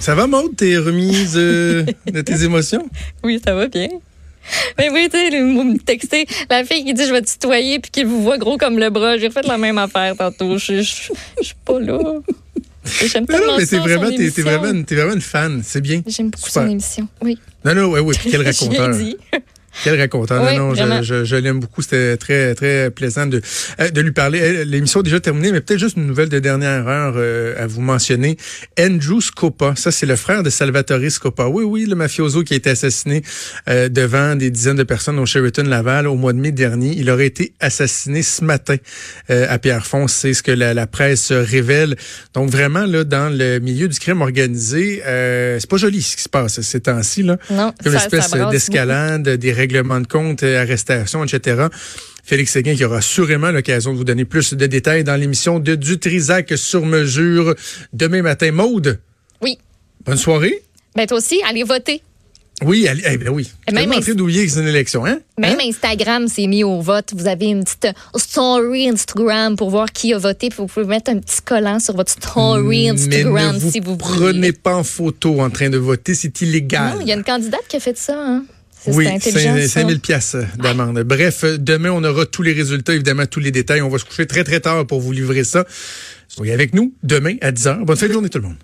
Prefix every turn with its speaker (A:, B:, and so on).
A: Ça va, Maud, tes remises euh, de tes émotions?
B: Oui, ça va bien. Mais oui, tu sais, le- vous me textez, la fille qui dit je vais te tutoyer puis qui vous voit gros comme le bras. J'ai refait la même affaire tantôt. Je je- je suis pas là. Et J'aime
A: Non,
B: tellement
A: non, mais
B: ça,
A: t'es vraiment,
B: son
A: t'es- t'es
B: émission.
A: vraiment, une- t'es vraiment une fan. C'est bien.
B: J'aime beaucoup
A: Super.
B: son émission. Oui.
A: Non, non, oui, oui. Puis quel raconteur.
B: Je l'ai dit.
A: Quel raconteur.
B: Oui,
A: non, non, je,
B: vraiment.
A: je- je l'aime beaucoup. C'était très, très plaisant de, euh, de lui parler. Euh, L'émission est déjà terminée, mais peut-être juste une nouvelle de dernière heure euh, à vous mentionner. Andrew Scopa, ça c'est le frère de Salvatore Scopa. Oui, oui, le mafioso qui a été assassiné euh, devant des dizaines de personnes au Sheraton Laval au mois de mai dernier. Il aurait été assassiné ce matin euh, à Pierrefonds. C'est ce que la, la presse révèle. Donc vraiment, là, dans le milieu du crime organisé, euh, c'est pas joli ce qui se passe ces temps-ci. là.
B: Non,
A: Comme une
B: ça, ça
A: espèce
B: brasse
A: d'escalade, des règlements de compte, euh, arrestations, etc. Félix Séguin qui aura sûrement l'occasion de vous donner plus de détails dans l'émission de Dutrisac sur mesure demain matin. Maude,
B: Oui.
A: bonne soirée.
B: Ben toi aussi, allez voter.
A: Oui, allez, eh ben oui.
B: Et même
A: Tellement en
B: ins-
A: train d'oublier que c'est une élection, hein?
B: Même
A: Hein?
B: Instagram s'est mis au vote. Vous avez une petite euh, story Instagram pour voir qui a voté. Puis vous pouvez mettre un petit collant sur votre story
A: Mais
B: Instagram
A: ne vous,
B: si vous
A: prenez
B: voulez.
A: pas en photo en train de voter, c'est illégal.
B: Non, il y a une candidate qui a fait ça. Hein. C'est
A: Oui,
B: c'est intelligent. ça.
A: 5000 pièces d'amende. Bref, euh, demain, on aura tous les résultats, évidemment, tous les détails. On va se coucher très, très tard pour vous livrer ça. Soyez avec nous demain à 10h. Bonne fin de journée, tout le monde.